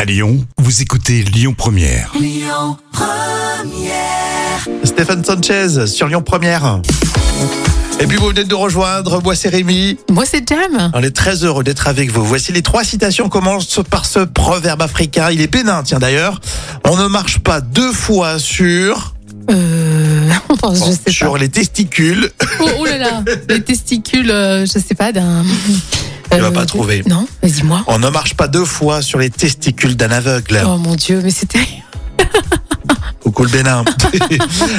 À Lyon, vous écoutez Lyon Première. Stéphane Sanchez sur Lyon Première. Et puis vous venez de nous rejoindre, moi c'est Rémi. Moi, c'est Jam. On est très heureux d'être avec vous. Voici les trois citations commencent par ce proverbe africain. Il est bénin, tiens d'ailleurs. On ne marche pas deux fois sur, Euh, non, je sais sur les testicules. pas. Oh, oh là là, les testicules, euh, je sais pas, d'un. Euh, Tu vas pas trouver. Non, vas-y, moi. On ne marche pas deux fois sur les testicules d'un aveugle. Oh mon dieu, mais c'était. Coucou le bénin.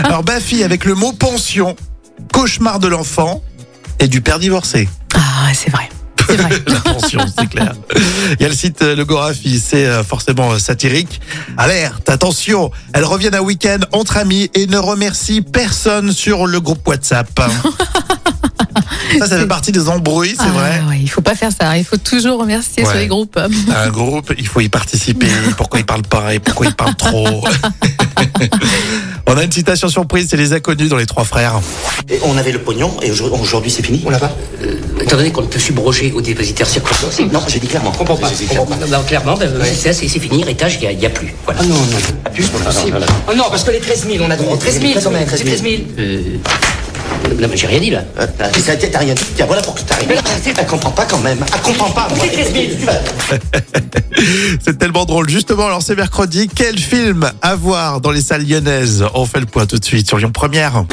Alors Bafi avec le mot pension, cauchemar de l'enfant et du père divorcé. Ah, c'est vrai. C'est vrai. la pension, c'est clair. Il y a le site euh, Le Gorafi, c'est euh, forcément euh, satirique. Alerte, attention, elles reviennent un week-end entre amis et ne remercient personne sur le groupe WhatsApp. ça, ça fait C'est- partie des embrouilles, c'est Ah, vrai. ouais, il faut pas faire ça. Il faut toujours remercier sur Ouais. les groupes. Un groupe, il faut y participer. Pourquoi ils parlent pas et pourquoi ils parlent trop On a une citation surprise, c'est les inconnus dans les trois frères. Et on avait le pognon et aujourd'hui aujourd'hui, c'est fini. On l'a pas Étant donné qu'on ne peut subroger aux dépositaires circonstanciés. Non, j'ai dit clairement. on comprend pas. J'ai dit On clairement. comprend pas. Non, clairement, ben, c'est ça, c'est c'est fini, héritage, il n'y a, plus. Voilà. Ah Ah, Non, non, non. Plus possible. Oh non, parce que les 13 000, on a droit aux 13 000 quand même. 13 C'est 000. 13 000. Euh... Non, mais j'ai rien dit là. Euh, t'as- t'as- T'as rien dit. Tiens, voilà pour que t'as rien dit. Elle comprend pas quand même. Elle comprend pas. moi. C'est 13 000, tu vas. C'est tellement drôle. Justement, alors c'est mercredi. Quel film à voir dans les salles lyonnaises On fait le point tout de suite sur Lyon Première.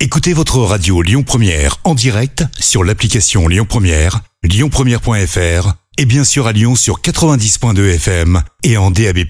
Écoutez votre radio Lyon Première en direct sur l'application Lyon Première, lyonpremière.fr et bien sûr à Lyon sur 90.2 FM et en DAB+.